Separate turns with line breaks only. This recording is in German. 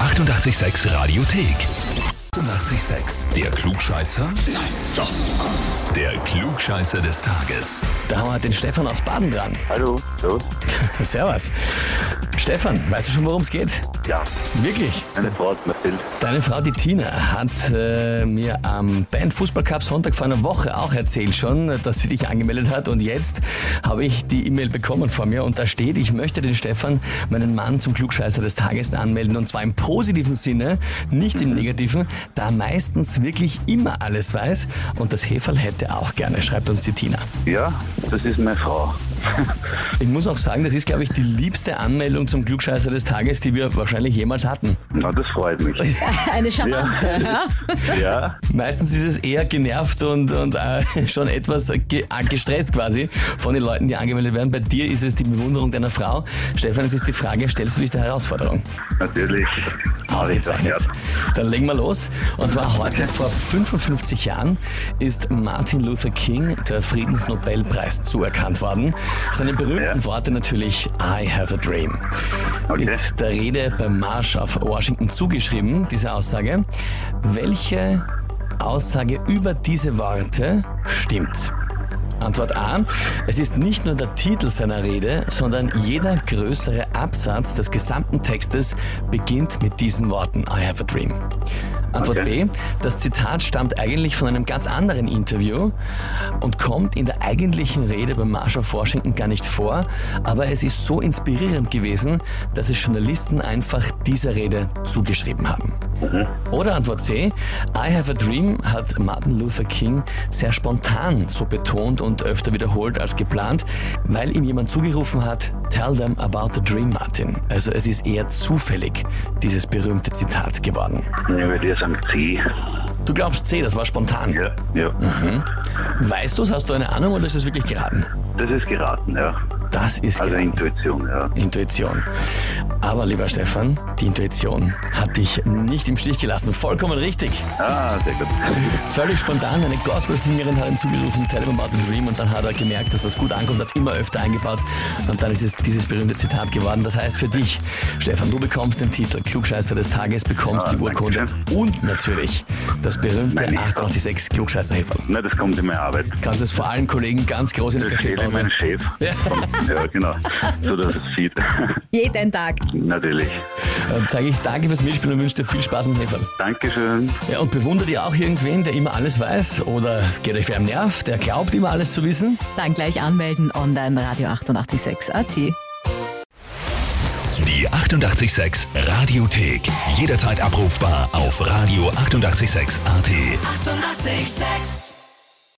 886 Radiothek. 886, der Klugscheißer? Nein, doch. Der Klugscheißer des Tages.
Da haben wir den Stefan aus Baden dran.
Hallo, hallo.
Servus. Stefan, weißt du schon, worum es geht?
Ja,
Wirklich?
meine Frau hat mir erzählt.
Deine Frau, die Tina, hat äh, mir am Band Fußball Cup Sonntag vor einer Woche auch erzählt schon, dass sie dich angemeldet hat und jetzt habe ich die E-Mail bekommen von mir und da steht, ich möchte den Stefan, meinen Mann, zum Klugscheißer des Tages anmelden und zwar im positiven Sinne, nicht im negativen, da er meistens wirklich immer alles weiß und das Heferl hätte er auch gerne, schreibt uns die Tina.
Ja, das ist meine Frau.
Ich muss auch sagen, das ist, glaube ich, die liebste Anmeldung zum Klugscheißer des Tages, die wir wahrscheinlich jemals hatten.
Na, das freut mich.
Eine Charmante. Ja.
Ja,
Meistens ist es eher genervt und, und äh, schon etwas ge äh, gestresst quasi von den Leuten, die angemeldet werden. Bei dir ist es die Bewunderung deiner Frau. Stefan, es ist die Frage, stellst du dich der Herausforderung?
natürlich. Hab ich das
Ausgezeichnet.
gehört.
Dann legen wir los. Und zwar heute vor 55 Jahren ist Martin Luther King der Friedensnobelpreis zuerkannt worden. Seine berühmten
Ja.
Worte natürlich I have a dream.
Okay.
Mit der Rede beim Marsch auf Washington zugeschrieben, diese Aussage. Welche Aussage über diese Worte stimmt? Antwort A. Es ist nicht nur der Titel seiner Rede, sondern jeder größere Absatz des gesamten Textes beginnt mit diesen Worten. I have a dream. Antwort
Okay.
B. Das Zitat stammt eigentlich von einem ganz anderen Interview und kommt in der eigentlichen Rede beim Marsch auf Washington gar nicht vor, aber es ist so inspirierend gewesen, dass es Journalisten einfach dieser Rede zugeschrieben haben. Oder Antwort C. I have a dream hat Martin Luther King sehr spontan so betont und öfter wiederholt als geplant, weil ihm jemand zugerufen hat, tell them about the dream, Martin. Also es ist eher zufällig dieses berühmte Zitat geworden.
Ich würde ja sagen C.
Du glaubst C, das war spontan.
Ja, ja.
Weißt du es? Hast du eine Ahnung oder ist es wirklich geraten?
Das ist geraten, ja.
Das ist
Also
geraten.
Intuition, ja.
Intuition. Aber lieber Stefan, die Intuition hat dich nicht im Stich gelassen. Vollkommen richtig.
Ah, sehr gut.
Völlig spontan, eine Gospel-Sängerin hat ihm zugerufen, Tell him about the dream und dann hat er gemerkt, dass das gut ankommt, hat es immer öfter eingebaut und dann ist es dieses berühmte Zitat geworden. Das heißt für dich, Stefan, du bekommst den Titel Klugscheißer des Tages, bekommst
Ah,
die Urkunde
dankeschön.
und natürlich das berühmte
Meine
886 klugscheißer -Häferl.
Na, das kommt in meine Arbeit.
Kannst es vor allen Kollegen ganz groß in der
Das steht in
Kaffeepause.
meinem Chef.
Ja.
Ja, genau. So, dass es sieht.
Jeden Tag.
Natürlich.
Dann sage ich danke fürs Mitspielen und wünsche dir viel Spaß mit Heferl.
Dankeschön.
Ja, und bewundert ihr auch irgendwen, der immer alles weiß oder geht euch wer am Nerv, der glaubt immer alles zu wissen?
Dann gleich anmelden online Radio 886 AT.
Die 886 Radiothek. Jederzeit abrufbar auf radio886.at. 886! 886.
Eighty-eight, sex.